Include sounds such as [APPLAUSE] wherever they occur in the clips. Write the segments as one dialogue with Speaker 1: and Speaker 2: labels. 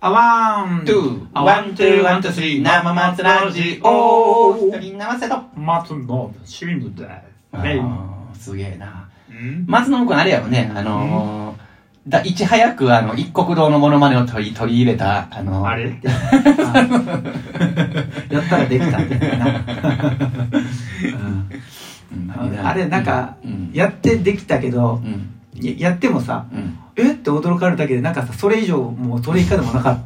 Speaker 1: あワン、
Speaker 2: トゥー、
Speaker 1: あ
Speaker 2: ワン、トゥー、ワン、トゥー、スリー、生松ラジオ、人に生せろ。
Speaker 1: 松のチームだ。ね。
Speaker 2: あーすげえな。
Speaker 1: うん
Speaker 2: 松野くんあれやろね、あのー、だいち早くあの、一国道のモノマネを取り、取り入れた、あのー、
Speaker 1: あれ [LAUGHS] やったらできたみたいな。うん
Speaker 2: うん
Speaker 1: あれなんか
Speaker 2: うん、
Speaker 1: やってできたけど
Speaker 2: う、ん、
Speaker 1: ややってもさ、
Speaker 2: うん。
Speaker 1: えって驚かれるだけで、なんかさ、それ以上、もうそれ以下でもなかっ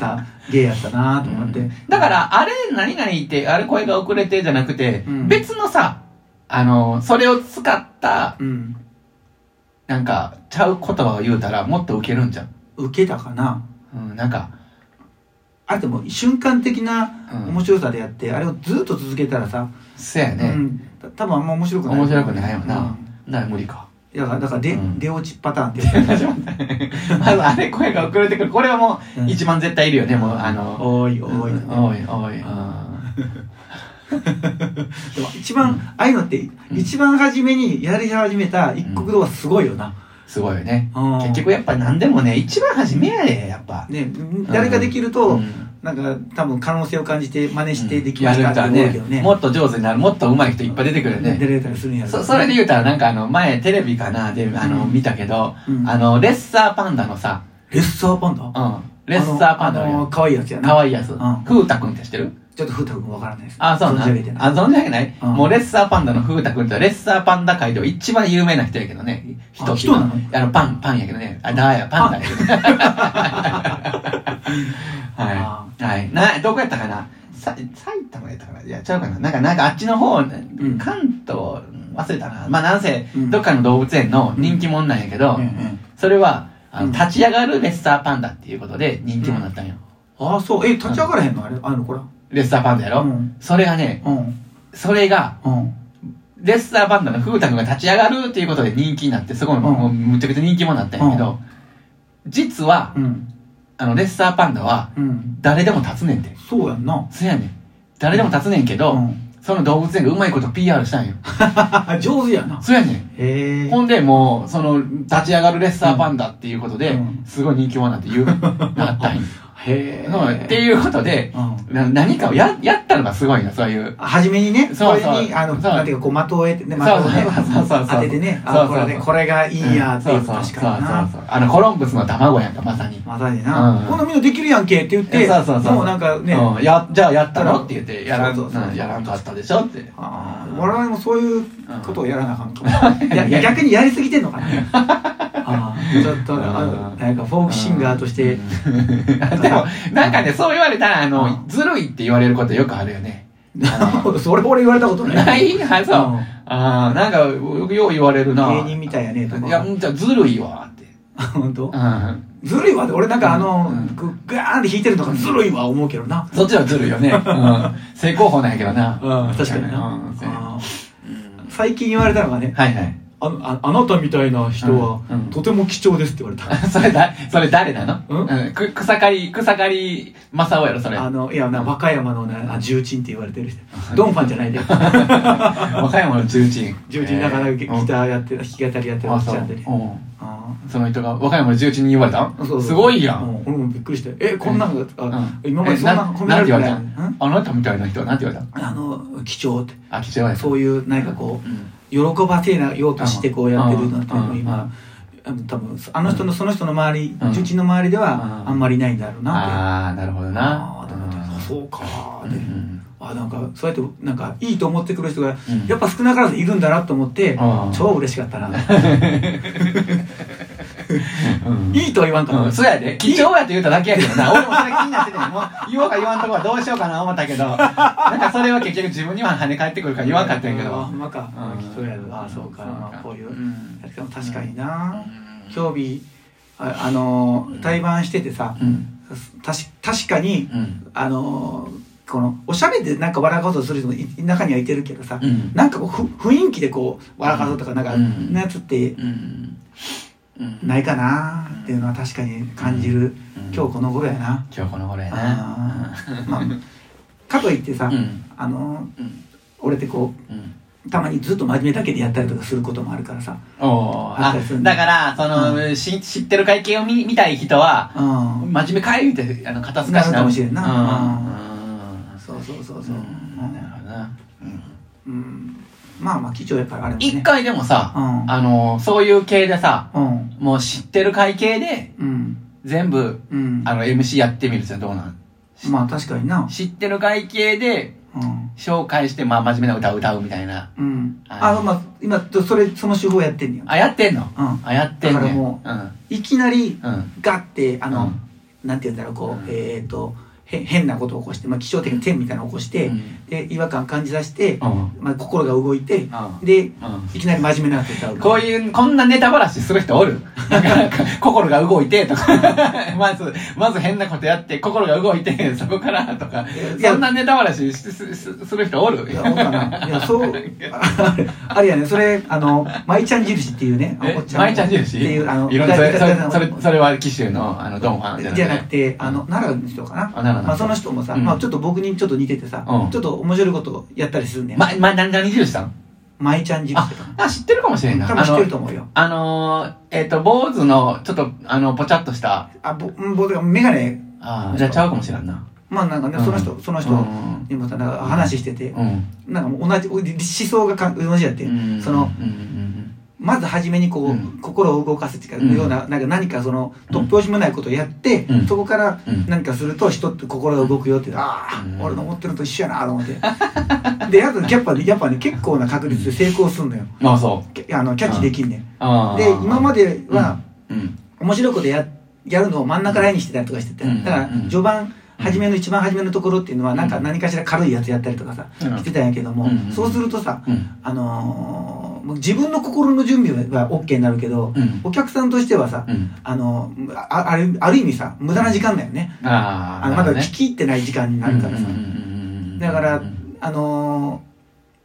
Speaker 1: た芸やったなと思って。
Speaker 2: だか、ら、あれ、何々って、あれ声が遅れてじゃなくて、
Speaker 1: うん
Speaker 2: 別のさ、あのー、それを使った、
Speaker 1: うん。
Speaker 2: なんか、ちゃう言葉を言うたら、もっとウケるんじゃん。
Speaker 1: 受けたかな
Speaker 2: うん、なんか、
Speaker 1: あれでも瞬間的な
Speaker 2: うん
Speaker 1: 面白さでやって、あれをずっと続けたらさ、
Speaker 2: そうや
Speaker 1: う
Speaker 2: ね。
Speaker 1: ん、た多分あんま面白くない
Speaker 2: 面白くないよな
Speaker 1: うん。
Speaker 2: だから無理か。
Speaker 1: いやだからで、
Speaker 2: うん
Speaker 1: 出落ちパターンって言ってたじゃん
Speaker 2: [LAUGHS] まずあれ声が遅れてくる。これはも
Speaker 1: うん
Speaker 2: う、一番絶対いるよね、もう、あの、
Speaker 1: おいおい、
Speaker 2: うん
Speaker 1: でも
Speaker 2: おい、おい。うん
Speaker 1: 一番、ああいうのって、一番初めにやり始めた一国道はすごいよな、
Speaker 2: すごいよね。
Speaker 1: うん
Speaker 2: 結局やっぱ何でもね、一番初めやで、やっぱ。
Speaker 1: ね誰かできると、
Speaker 2: うん
Speaker 1: なんか多分可能性を感じて真似してできま
Speaker 2: や
Speaker 1: し
Speaker 2: る
Speaker 1: た
Speaker 2: か
Speaker 1: っ
Speaker 2: ら
Speaker 1: て思うけどね,、
Speaker 2: ね、もっと上手になる、もっと上手い人いっぱい出てくるよ
Speaker 1: ね出
Speaker 2: ね。
Speaker 1: れたりするんやろ
Speaker 2: そそれで言うたら、なんかあの、前テレビかな、で、あの、
Speaker 1: うん
Speaker 2: 見たけど、
Speaker 1: うん
Speaker 2: あの、レッサーパンダのさ、
Speaker 1: レッサーパンダ
Speaker 2: うん、レッサーパンダ
Speaker 1: あのあの
Speaker 2: の
Speaker 1: 可愛いやつやな
Speaker 2: 可愛いやつ、
Speaker 1: ん
Speaker 2: 風太くんって知ってる
Speaker 1: ちょっとふうたくんわからないです
Speaker 2: あ、そうな
Speaker 1: 存じ上げて
Speaker 2: ん
Speaker 1: ない
Speaker 2: あ、存じ上げない、
Speaker 1: うん
Speaker 2: もうレッサーパンダの風太くんってレッサーパンダ界では一番有名な人やけどね。
Speaker 1: あ
Speaker 2: 人、
Speaker 1: 人なの
Speaker 2: あの、パン、パンやけどね。あ、だーや、パンダやけどね。
Speaker 1: あ
Speaker 2: [LAUGHS] はい。はい。な、どこやったかなさ埼玉やったかないやっちゃうかななんか、なんかあっちの方、
Speaker 1: ん
Speaker 2: 関東、忘れたな。まあ、なんせ、
Speaker 1: うん
Speaker 2: どっかの動物園の人気者なんやけど、
Speaker 1: うんうん
Speaker 2: それは、あ
Speaker 1: うん
Speaker 2: の立ち上がるレッサーパンダっていうことで人気者だったんよ。
Speaker 1: ああそうえ立ち上がらへんのあれあのこら
Speaker 2: レッサーパンダやろ、
Speaker 1: うん
Speaker 2: それがね、
Speaker 1: うん
Speaker 2: それが、
Speaker 1: うん
Speaker 2: レッサーバンダの風太くんが立ち上がるっていうことで人気になって、すごい、
Speaker 1: ん
Speaker 2: もうむちゃくちゃ人気者になったんやけど、実は
Speaker 1: う、ん
Speaker 2: あの、レッサーパンダは、
Speaker 1: うん
Speaker 2: 誰でも立つねんて。
Speaker 1: そうやんな
Speaker 2: そやねん。誰でも立つねんけど、
Speaker 1: うん [LAUGHS]
Speaker 2: その動物園がうまいこと PR したんよ。
Speaker 1: あ上手やな
Speaker 2: そやねん。
Speaker 1: へえ
Speaker 2: ほんで、もう、その、立ち上がるレッサーパンダっていうことで、
Speaker 1: うん
Speaker 2: すごい人気者になって言う、なった
Speaker 1: [LAUGHS]
Speaker 2: んよ。
Speaker 1: へ
Speaker 2: そうって
Speaker 1: う
Speaker 2: いうことで、
Speaker 1: ん
Speaker 2: な何かをや、やったのがすごいの、そういう。
Speaker 1: 初めにね
Speaker 2: そうそう
Speaker 1: これにあの
Speaker 2: そう
Speaker 1: なんていうかこう的を得てね的
Speaker 2: そう
Speaker 1: をね
Speaker 2: そうそうそう
Speaker 1: 当ててね
Speaker 2: そう
Speaker 1: あ
Speaker 2: そう
Speaker 1: これねこれがいいんやっていう確かに
Speaker 2: そう
Speaker 1: な
Speaker 2: そうそうそう。あの、コロンブスの卵やんか、まさに。
Speaker 1: まさにな
Speaker 2: うん
Speaker 1: こんなみんなできるやんけって言って
Speaker 2: そうそうそう
Speaker 1: もうなんかね
Speaker 2: うんやじゃあやったのって言ってやらん
Speaker 1: そうそうそう
Speaker 2: うんやらんかったでしょって
Speaker 1: あー我々もそういうことをやらなあかんのかも、いやいや逆にやりすぎてんの
Speaker 2: [LAUGHS]
Speaker 1: かなあーちょっとあのなんかフォークシンガーとして、
Speaker 2: うんでもなんかねそう言われたらあのずるいって言われることよくあるよね
Speaker 1: [LAUGHS] それ俺言われたことな
Speaker 2: ないいはいそう
Speaker 1: うん
Speaker 2: あーなんかよくよう言われるな
Speaker 1: 芸人みたいやねと
Speaker 2: いや
Speaker 1: か
Speaker 2: うんじゃあずるいわって
Speaker 1: [LAUGHS] 本当
Speaker 2: うん
Speaker 1: ずるいわって俺なんかあの、
Speaker 2: うん
Speaker 1: ぐガーンって弾いてるとかずるいわ思うけどな、
Speaker 2: そっちはずるいよ
Speaker 1: [LAUGHS]
Speaker 2: ねうん正攻法なんやけどな
Speaker 1: 確かにな、
Speaker 2: うんそうや
Speaker 1: あー
Speaker 2: うん
Speaker 1: 最近言われたのがね
Speaker 2: はいはい [LAUGHS]
Speaker 1: あのああなたみたいな人は
Speaker 2: うんうん
Speaker 1: とても貴重ですって言われた、
Speaker 2: それだそれ誰なの
Speaker 1: うん
Speaker 2: うんく草刈り草刈り正雄やろそれ
Speaker 1: あのいやな和歌山のなあ重鎮って言われてる人ドンファンじゃない
Speaker 2: [LAUGHS]
Speaker 1: で
Speaker 2: 和歌山の重鎮
Speaker 1: 重鎮なかなかギ
Speaker 2: うん
Speaker 1: ターやってた弾き語りやってたお
Speaker 2: あ
Speaker 1: っち
Speaker 2: そう
Speaker 1: ゃんでね
Speaker 2: う
Speaker 1: あ
Speaker 2: んその人が和歌山の重鎮に言われた
Speaker 1: ーそう
Speaker 2: すごいや、
Speaker 1: うん俺もびっくりしてえこんなの
Speaker 2: う
Speaker 1: あ
Speaker 2: ん
Speaker 1: 今まで
Speaker 2: え
Speaker 1: そんな
Speaker 2: な
Speaker 1: 褒められてない
Speaker 2: なんて言われ
Speaker 1: ん
Speaker 2: たあなたみたいな人はなんて言われ
Speaker 1: あの貴重って
Speaker 2: たあ貴重や
Speaker 1: そういうなんかこ
Speaker 2: うん
Speaker 1: う喜ばせようとしてこうやってるのって
Speaker 2: うんうん
Speaker 1: 今あの多分あの人のその人の周り
Speaker 2: うん
Speaker 1: 重鎮の周りで
Speaker 2: う
Speaker 1: は
Speaker 2: ん
Speaker 1: あんまりいないんだろうなって
Speaker 2: ああなるほど
Speaker 1: あ
Speaker 2: な
Speaker 1: ーと思ってそうかー
Speaker 2: う
Speaker 1: っ
Speaker 2: んう
Speaker 1: て
Speaker 2: ん
Speaker 1: あなんかそうやってなんかいいと思ってくる人が
Speaker 2: うん
Speaker 1: やっぱ少なからずいるんだなと思って
Speaker 2: あー
Speaker 1: 超嬉しかったな
Speaker 2: うん
Speaker 1: いいとは言わんか
Speaker 2: う
Speaker 1: っ
Speaker 2: ん、
Speaker 1: た
Speaker 2: そうやで。貴重やって言うただけやけどな。俺もそれ気になってて、もう言おうか言わんとこはどうしようかな思っ
Speaker 1: [LAUGHS]
Speaker 2: たけど、なんかそれは結局自分には跳ね返ってくるから言わんかったんやけど。
Speaker 1: あほんまか
Speaker 2: うん
Speaker 1: きっとやるあそうか
Speaker 2: そうか
Speaker 1: まあこういう
Speaker 2: うん
Speaker 1: やつでも確かにな
Speaker 2: 日、
Speaker 1: 興味ああのー対バンしててさ
Speaker 2: うん。
Speaker 1: たし確かに
Speaker 2: うん。
Speaker 1: あのーこのおしゃれでなんか笑かそうとする人もい中にはいてるけどさ
Speaker 2: うん
Speaker 1: なんかこうふ雰囲気でこう笑かそうとかなんか
Speaker 2: うん
Speaker 1: なやつって
Speaker 2: うん。うん
Speaker 1: ないかなっていうのは確かに感じる
Speaker 2: うん
Speaker 1: 今日この頃やな
Speaker 2: 今日この頃やな
Speaker 1: あーまあかといってさ
Speaker 2: うん
Speaker 1: あのー
Speaker 2: うん
Speaker 1: 俺ってこう
Speaker 2: うん
Speaker 1: たまにずっと真面目だけでやったりとかすることもあるからさ
Speaker 2: おー
Speaker 1: あ
Speaker 2: あだからその、し知ってる会計を見見たい人は
Speaker 1: うん
Speaker 2: 真面目かいみたいなあの肩透かし
Speaker 1: なるかもしれんな
Speaker 2: うんうん
Speaker 1: そうそうそう
Speaker 2: そ
Speaker 1: そうう
Speaker 2: なるほどな
Speaker 1: うん、うんまあまあ貴重やからあれもね
Speaker 2: 一回でもさ、
Speaker 1: うん
Speaker 2: あのそういう系でさ
Speaker 1: うん
Speaker 2: もう知ってる会計で
Speaker 1: うん
Speaker 2: 全部
Speaker 1: うん
Speaker 2: あの MC やってみるってどうなん
Speaker 1: まあ確かにな
Speaker 2: 知ってる会計で
Speaker 1: うん
Speaker 2: 紹介して、まあ、真面目な歌を歌うみたいな
Speaker 1: うん
Speaker 2: あ
Speaker 1: あまあ今それその手法やってんねよ
Speaker 2: あやってんの
Speaker 1: うん
Speaker 2: あやってんね
Speaker 1: だからも
Speaker 2: ううん
Speaker 1: いきなり
Speaker 2: うん
Speaker 1: ガッてあの、
Speaker 2: うん
Speaker 1: なんて言うんだろうこう、
Speaker 2: うん
Speaker 1: えっ、とへ変なことを起こして、まあ、気象的な点みたいなのを起こして、
Speaker 2: うん
Speaker 1: で違和感感じ出して、
Speaker 2: うん
Speaker 1: まあ、心が動いて、
Speaker 2: うん
Speaker 1: で
Speaker 2: うん
Speaker 1: いきなり真面目なこと歌う
Speaker 2: こういう、こんなネタばらしする人おる [LAUGHS] なんか、心が動いてとか、 [LAUGHS] まず、まず変なことやって、心が動いて、 [LAUGHS] そこからとか、
Speaker 1: いや
Speaker 2: そんなネタばらしすすすする人おる
Speaker 1: いやそうかないやそうあれあれやねそれあの「舞ちゃん印」っていうね
Speaker 2: え
Speaker 1: おっちゃんの
Speaker 2: マイちゃん印
Speaker 1: っていうあの
Speaker 2: いろんな、それ、それ
Speaker 1: 歌い、
Speaker 2: それ、それは紀州の、あの、ドンファンじゃなくて。
Speaker 1: じゃなくてあの奈良の人かな
Speaker 2: あ奈良の人
Speaker 1: まあ、その人もさ、
Speaker 2: うん
Speaker 1: まあ、ちょっと僕にちょっと似ててさ、
Speaker 2: うん
Speaker 1: ちょっと面白いことをやったりするねん
Speaker 2: ま、ま、何、何印さん
Speaker 1: 舞ちゃん印
Speaker 2: あ
Speaker 1: とか、
Speaker 2: あ知ってるかもしれんな
Speaker 1: 多
Speaker 2: い。
Speaker 1: 分
Speaker 2: あ
Speaker 1: 知ってる
Speaker 2: の、
Speaker 1: と思うよ
Speaker 2: あのー、えっと、坊主の、ちょっと、あの、ぽちゃっとした、
Speaker 1: あぼうん僕が眼鏡
Speaker 2: ああ、じゃあちゃうかもしれんな。
Speaker 1: まあなんかね、その人、
Speaker 2: うん
Speaker 1: その
Speaker 2: う
Speaker 1: 人
Speaker 2: ん
Speaker 1: にもさ、なんか話してて、
Speaker 2: うん。
Speaker 1: なんかもう同じ、思想がか同じやって、
Speaker 2: うん
Speaker 1: その、
Speaker 2: うんうん
Speaker 1: まず初めにこう、
Speaker 2: うん
Speaker 1: 心を動かすって
Speaker 2: うん
Speaker 1: いうような、なんか何かその、突拍子もないことをやって、
Speaker 2: うん
Speaker 1: そこから
Speaker 2: うん
Speaker 1: 何かすると人って心が動くよって、ああ、
Speaker 2: うん
Speaker 1: 俺の思ってるのと一緒やなと思って。で、やっぱやっぱね、やっぱね、結構な確率で成功すんのよ。
Speaker 2: うん。ああ、そう。
Speaker 1: けあのキャッチできんねん。
Speaker 2: ああ。
Speaker 1: で、今までは、
Speaker 2: うん。
Speaker 1: 面白いことややるのを真ん中ラインにしてたりとかしてて、
Speaker 2: うん
Speaker 1: だから
Speaker 2: うん
Speaker 1: 序盤、初めの一番初めのところっていうのはなんか
Speaker 2: うん
Speaker 1: 何かしら軽いやつやったりとかさ、
Speaker 2: うん
Speaker 1: してたんやけども、
Speaker 2: うん
Speaker 1: そうするとさ、
Speaker 2: うん。
Speaker 1: あのーもう自分の心の準備は OK になるけど、
Speaker 2: うん
Speaker 1: お客さんとしてはさ、
Speaker 2: うん。
Speaker 1: あのーああるある意味さ無駄な時間だよね、
Speaker 2: ああ。
Speaker 1: あのまだ
Speaker 2: なるほどね
Speaker 1: 聞き入ってない時間になるからさ、
Speaker 2: うんうんうんうん
Speaker 1: だから
Speaker 2: うん
Speaker 1: あの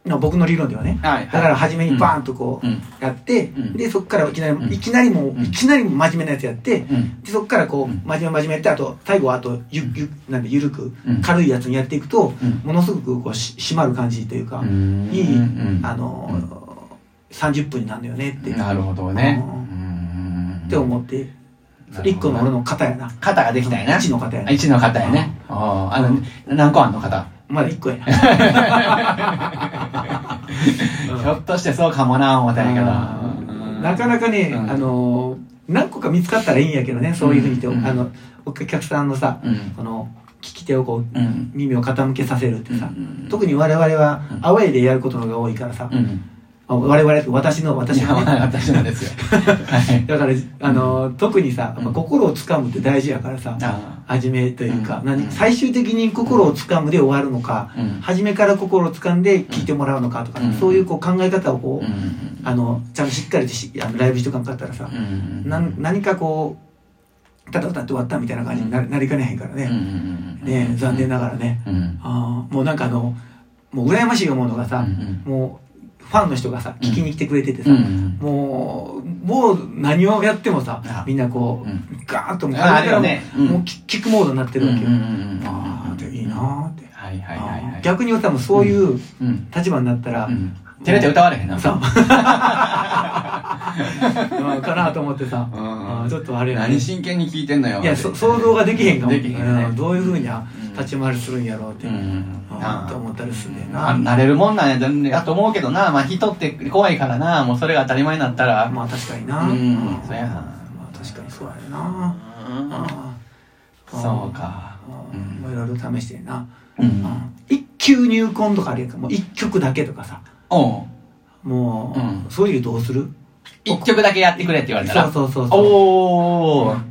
Speaker 1: ーの僕の理論ではね
Speaker 2: はい。
Speaker 1: だから初めにバーンとこ
Speaker 2: うん。
Speaker 1: うやって、
Speaker 2: うん
Speaker 1: でそこからいきなり、
Speaker 2: うん
Speaker 1: いきなりもう、
Speaker 2: うん
Speaker 1: いきなりもう真面目なやつやって、
Speaker 2: うん。
Speaker 1: でそこからこう
Speaker 2: うん
Speaker 1: 真面目真面目やってあと最後はあとゆゆなんで緩く
Speaker 2: うん
Speaker 1: 軽いやつにやっていくと
Speaker 2: うん
Speaker 1: ものすごくこうし締まる感じというか、
Speaker 2: うん
Speaker 1: いい
Speaker 2: うん
Speaker 1: あのー30分になるのよねって、
Speaker 2: なるほどね。
Speaker 1: うん
Speaker 2: うん
Speaker 1: って思って
Speaker 2: なるほどね
Speaker 1: 一個の俺の型やな
Speaker 2: 肩ができたんやな。
Speaker 1: 一の型やな
Speaker 2: 一の方やね。ああ、あの、何個あんの方
Speaker 1: まだ一
Speaker 2: [LAUGHS]
Speaker 1: 個やな
Speaker 2: ひょっとしてそうかもな、思ったんやけど。うん
Speaker 1: なかなかね、
Speaker 2: うん
Speaker 1: あのー何個か見つかったらいいんやけどねそういうふうにして、
Speaker 2: うん
Speaker 1: あのお客さんのさ
Speaker 2: うん。
Speaker 1: この聞き手をこう
Speaker 2: うん。
Speaker 1: 耳を傾けさせるってさ、
Speaker 2: うん
Speaker 1: 特に我々は
Speaker 2: うん
Speaker 1: アウェイでやることのが多いからさ、
Speaker 2: うん。
Speaker 1: あ我々と私の私
Speaker 2: 私
Speaker 1: の
Speaker 2: は、
Speaker 1: ね
Speaker 2: 私のですよ。はい。
Speaker 1: だからあの特にさ、
Speaker 2: うん
Speaker 1: やっぱ心をつかむって大事やからさ
Speaker 2: あ
Speaker 1: 初めというか、
Speaker 2: うん
Speaker 1: 何最終的に心をつかむで終わるのか
Speaker 2: あ。うん。
Speaker 1: 初めから心をつかんで聞いてもらうのかとか、
Speaker 2: うん
Speaker 1: そういうこう考え方をこう、
Speaker 2: うん
Speaker 1: あのちゃんとしっかりとしあのライブしとかんかったらさ、
Speaker 2: うん
Speaker 1: なん、何かこうただ歌って終わったみたいな感じにな,、なりかねへんから
Speaker 2: うんう
Speaker 1: ね,、
Speaker 2: んうん
Speaker 1: ねえ残念ながらね、
Speaker 2: うん。
Speaker 1: あーもうなんかあのもう羨ましい思うのがさ、
Speaker 2: うん
Speaker 1: もうファンの人がさ聞きに来てくれててさ、
Speaker 2: うんうん
Speaker 1: もう、もう何をやっても
Speaker 2: あ
Speaker 1: さ、みんなこう、
Speaker 2: うん
Speaker 1: ガーッともう、
Speaker 2: ああれよね
Speaker 1: もう
Speaker 2: うん
Speaker 1: もうキキックモードになってるわけよ。
Speaker 2: うんうんうん
Speaker 1: ああ、でいいなーって。
Speaker 2: はいはいはいは
Speaker 1: あ
Speaker 2: い
Speaker 1: ー逆に多分そういう
Speaker 2: うん
Speaker 1: 立場になったら、
Speaker 2: うん照れて歌われへんな
Speaker 1: さ、うんかなと思ってさ、
Speaker 2: うん
Speaker 1: あーちょっとあれやね
Speaker 2: 何真剣に聞いてんのよ
Speaker 1: いや、そ想像ができへんかも。
Speaker 2: できへんね
Speaker 1: うんどういうふうにあ
Speaker 2: うん
Speaker 1: 立ち回りするんやろうって。
Speaker 2: うん
Speaker 1: あーと思ったりすんねん
Speaker 2: あ
Speaker 1: な。
Speaker 2: なれるもんなんやだやと思うけどなまあ人って怖いからなもうそれが当たり前になったら
Speaker 1: まあ確かにな。
Speaker 2: うん
Speaker 1: うん
Speaker 2: そうやな
Speaker 1: まあ確かにそうやな。あー
Speaker 2: そうか
Speaker 1: うんまあいろいろ試してんな、
Speaker 2: う
Speaker 1: うんん、一級入魂とかあるやんかもう一曲だけとかさ
Speaker 2: おう
Speaker 1: もう、
Speaker 2: うん
Speaker 1: そういうどうする
Speaker 2: 一曲だけやってくれって言われたら
Speaker 1: そうそうそうそう
Speaker 2: おー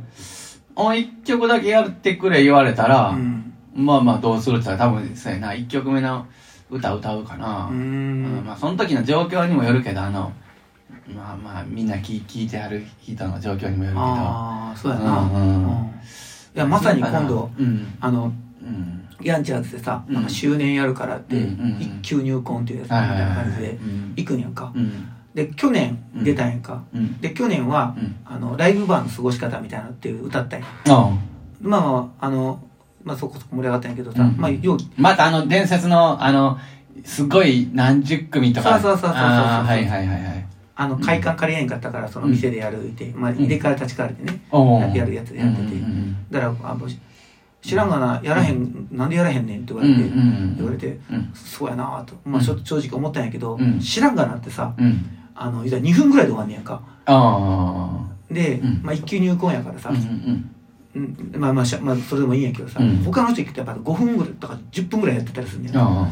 Speaker 2: お一曲だけやってくれ言われたら、
Speaker 1: うん
Speaker 2: まあまあどうするって言ったら多分そうやな一曲目の歌歌うかな
Speaker 1: うー
Speaker 2: うん
Speaker 1: ん
Speaker 2: まあその時の状況にもよるけどあのまあまあみんな聞聞いてある人の状況にもよるけど
Speaker 1: ああそうやな、
Speaker 2: うんうん
Speaker 1: いやまさに今度
Speaker 2: うん
Speaker 1: あの
Speaker 2: うん
Speaker 1: ヤンチャーズでさ、
Speaker 2: うん
Speaker 1: なんか周年やるからって、
Speaker 2: うんうんうん
Speaker 1: 一級入魂っていうやつみ
Speaker 2: は
Speaker 1: た
Speaker 2: い
Speaker 1: い
Speaker 2: は
Speaker 1: な
Speaker 2: いはい
Speaker 1: 感じ
Speaker 2: はい
Speaker 1: で
Speaker 2: うん
Speaker 1: 行くんやんか
Speaker 2: うん
Speaker 1: で去年出たんやんか、
Speaker 2: うん
Speaker 1: で去年は、
Speaker 2: うん
Speaker 1: あのライブバーの過ごし方みたいなのっていう歌ったんや
Speaker 2: あ
Speaker 1: まあまああのまあそこそこ盛り上がったんやけどさ、
Speaker 2: うん
Speaker 1: まあよう
Speaker 2: またあの伝説のあのすごい何十組とか
Speaker 1: そうそうそうそうそうそう
Speaker 2: あーはいはいはいはい
Speaker 1: あの会館借りれんかったからその店でやるって、まあ、入れ替え立ち替えてね、
Speaker 2: お
Speaker 1: やるやつでやってて、
Speaker 2: うん
Speaker 1: だからあもう知らんがなやらへん、なんでやらへんねんって
Speaker 2: う
Speaker 1: 言
Speaker 2: ん
Speaker 1: われて、言
Speaker 2: うんうん
Speaker 1: われて
Speaker 2: うん
Speaker 1: そうやなぁと、まあ、しょ正直思ったんやけど、
Speaker 2: うん
Speaker 1: 知らんがなってさ
Speaker 2: うん
Speaker 1: あの2分ぐらいで終わんねやんか
Speaker 2: あ
Speaker 1: で、
Speaker 2: うん
Speaker 1: まあ、一級入婚やから
Speaker 2: あ
Speaker 1: さ、
Speaker 2: うんうん
Speaker 1: うんまあまあしゃ、まあ、それでもいいんやけどさ、
Speaker 2: うん
Speaker 1: 他の人行くとやっぱ5分ぐらいとか10分ぐらいやってたりするんだ
Speaker 2: うん
Speaker 1: よ、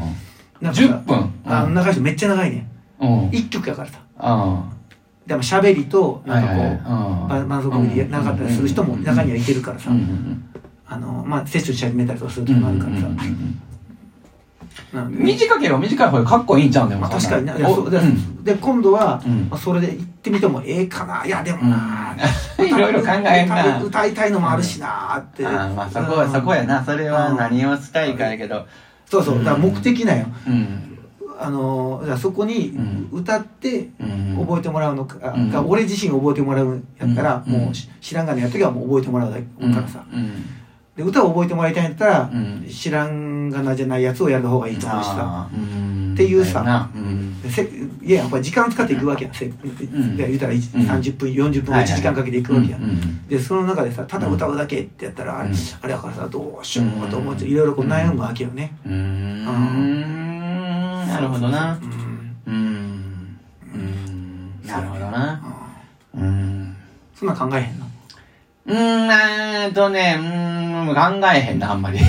Speaker 2: あ
Speaker 1: な
Speaker 2: あ
Speaker 1: んかさ
Speaker 2: 10分
Speaker 1: あの長い人めっちゃ長いねん
Speaker 2: うん
Speaker 1: 1曲やからさ
Speaker 2: あ
Speaker 1: でも喋りと
Speaker 2: あ
Speaker 1: なんかこう、
Speaker 2: う
Speaker 1: ま満足でなかったりする人も中にはいてるからさ、
Speaker 2: うんうん
Speaker 1: あのまあ接種し始めたりとかする
Speaker 2: う
Speaker 1: 時
Speaker 2: ん
Speaker 1: もあるからさ、
Speaker 2: うんうんうん
Speaker 1: なので
Speaker 2: 短ければ短い方がかっこいいんちゃうんでも
Speaker 1: まあ、確かにな
Speaker 2: ね
Speaker 1: いやそうで,、で今度は、
Speaker 2: うん
Speaker 1: まあ、それで行ってみてもええかないやでもな、
Speaker 2: うんいろいろ考えんな
Speaker 1: 歌い歌いたいのもあるしなーって、
Speaker 2: ああまあそこはそこやなそれは何をしたいかやけど
Speaker 1: そうそうだから目的なんよ
Speaker 2: うん
Speaker 1: あのーじゃあそこに
Speaker 2: うん
Speaker 1: 歌って
Speaker 2: うん
Speaker 1: 覚えてもらうのか、
Speaker 2: うん
Speaker 1: が俺自身覚えてもらうんやったら、
Speaker 2: うん
Speaker 1: もうし知らんがなやっときはもう覚えてもらうだけからさ、
Speaker 2: うん
Speaker 1: で歌を覚えてもらいたいんやったら、
Speaker 2: うん
Speaker 1: 知らんがなじゃないやつをやる方がいいと思うしさ
Speaker 2: ああうん
Speaker 1: っていうさ
Speaker 2: だよなうん
Speaker 1: せいややっぱり時間を使っていくわけやん、せ
Speaker 2: ん
Speaker 1: で言うたらいち
Speaker 2: うん
Speaker 1: 30分40分
Speaker 2: はいはい
Speaker 1: 1時間かけていくわけやん、
Speaker 2: うんうん
Speaker 1: でその中でさただ歌うだけってやったら、
Speaker 2: うん
Speaker 1: あれやからさどうしようかと思っていろいろこう悩むわけよね、
Speaker 2: うーんなるほどな
Speaker 1: そうそうそううん
Speaker 2: うーんうーんなるほど
Speaker 1: うん
Speaker 2: なうーん
Speaker 1: そんなん考えへんの
Speaker 2: うーんえーっとねうーん考えへんなあんまり
Speaker 1: ナ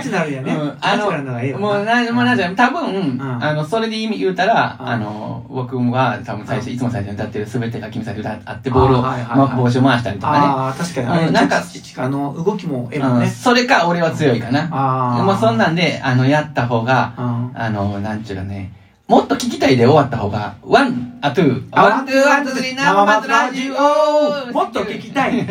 Speaker 1: チュラルやね、
Speaker 2: うん
Speaker 1: ナチュラルならええよ
Speaker 2: もうな、もうなじゃ、多分、
Speaker 1: ん
Speaker 2: あの、それで意味言うたら、
Speaker 1: うん
Speaker 2: あの、僕は多分最初、
Speaker 1: う
Speaker 2: いつも最初に歌ってる全てが君さんで歌ってボールを、
Speaker 1: あはいはいはい
Speaker 2: ま帽子を回したりとか
Speaker 1: ああ確かに
Speaker 2: うん
Speaker 1: あれ
Speaker 2: なんか
Speaker 1: ちちあの動きもえ
Speaker 2: ね。
Speaker 1: えもん
Speaker 2: うん
Speaker 1: ね、
Speaker 2: それか、俺は強いかな。
Speaker 1: ああ
Speaker 2: もうそんなんで、あの、やった方が、
Speaker 1: うん
Speaker 2: あの、なんちゅうかね、もっと聞きたいで終わった方が、ワン、アトゥー、
Speaker 1: あ
Speaker 2: ワン、ツー、ワン、ツー、スリー、生松ラジオ
Speaker 1: もっと聞きたい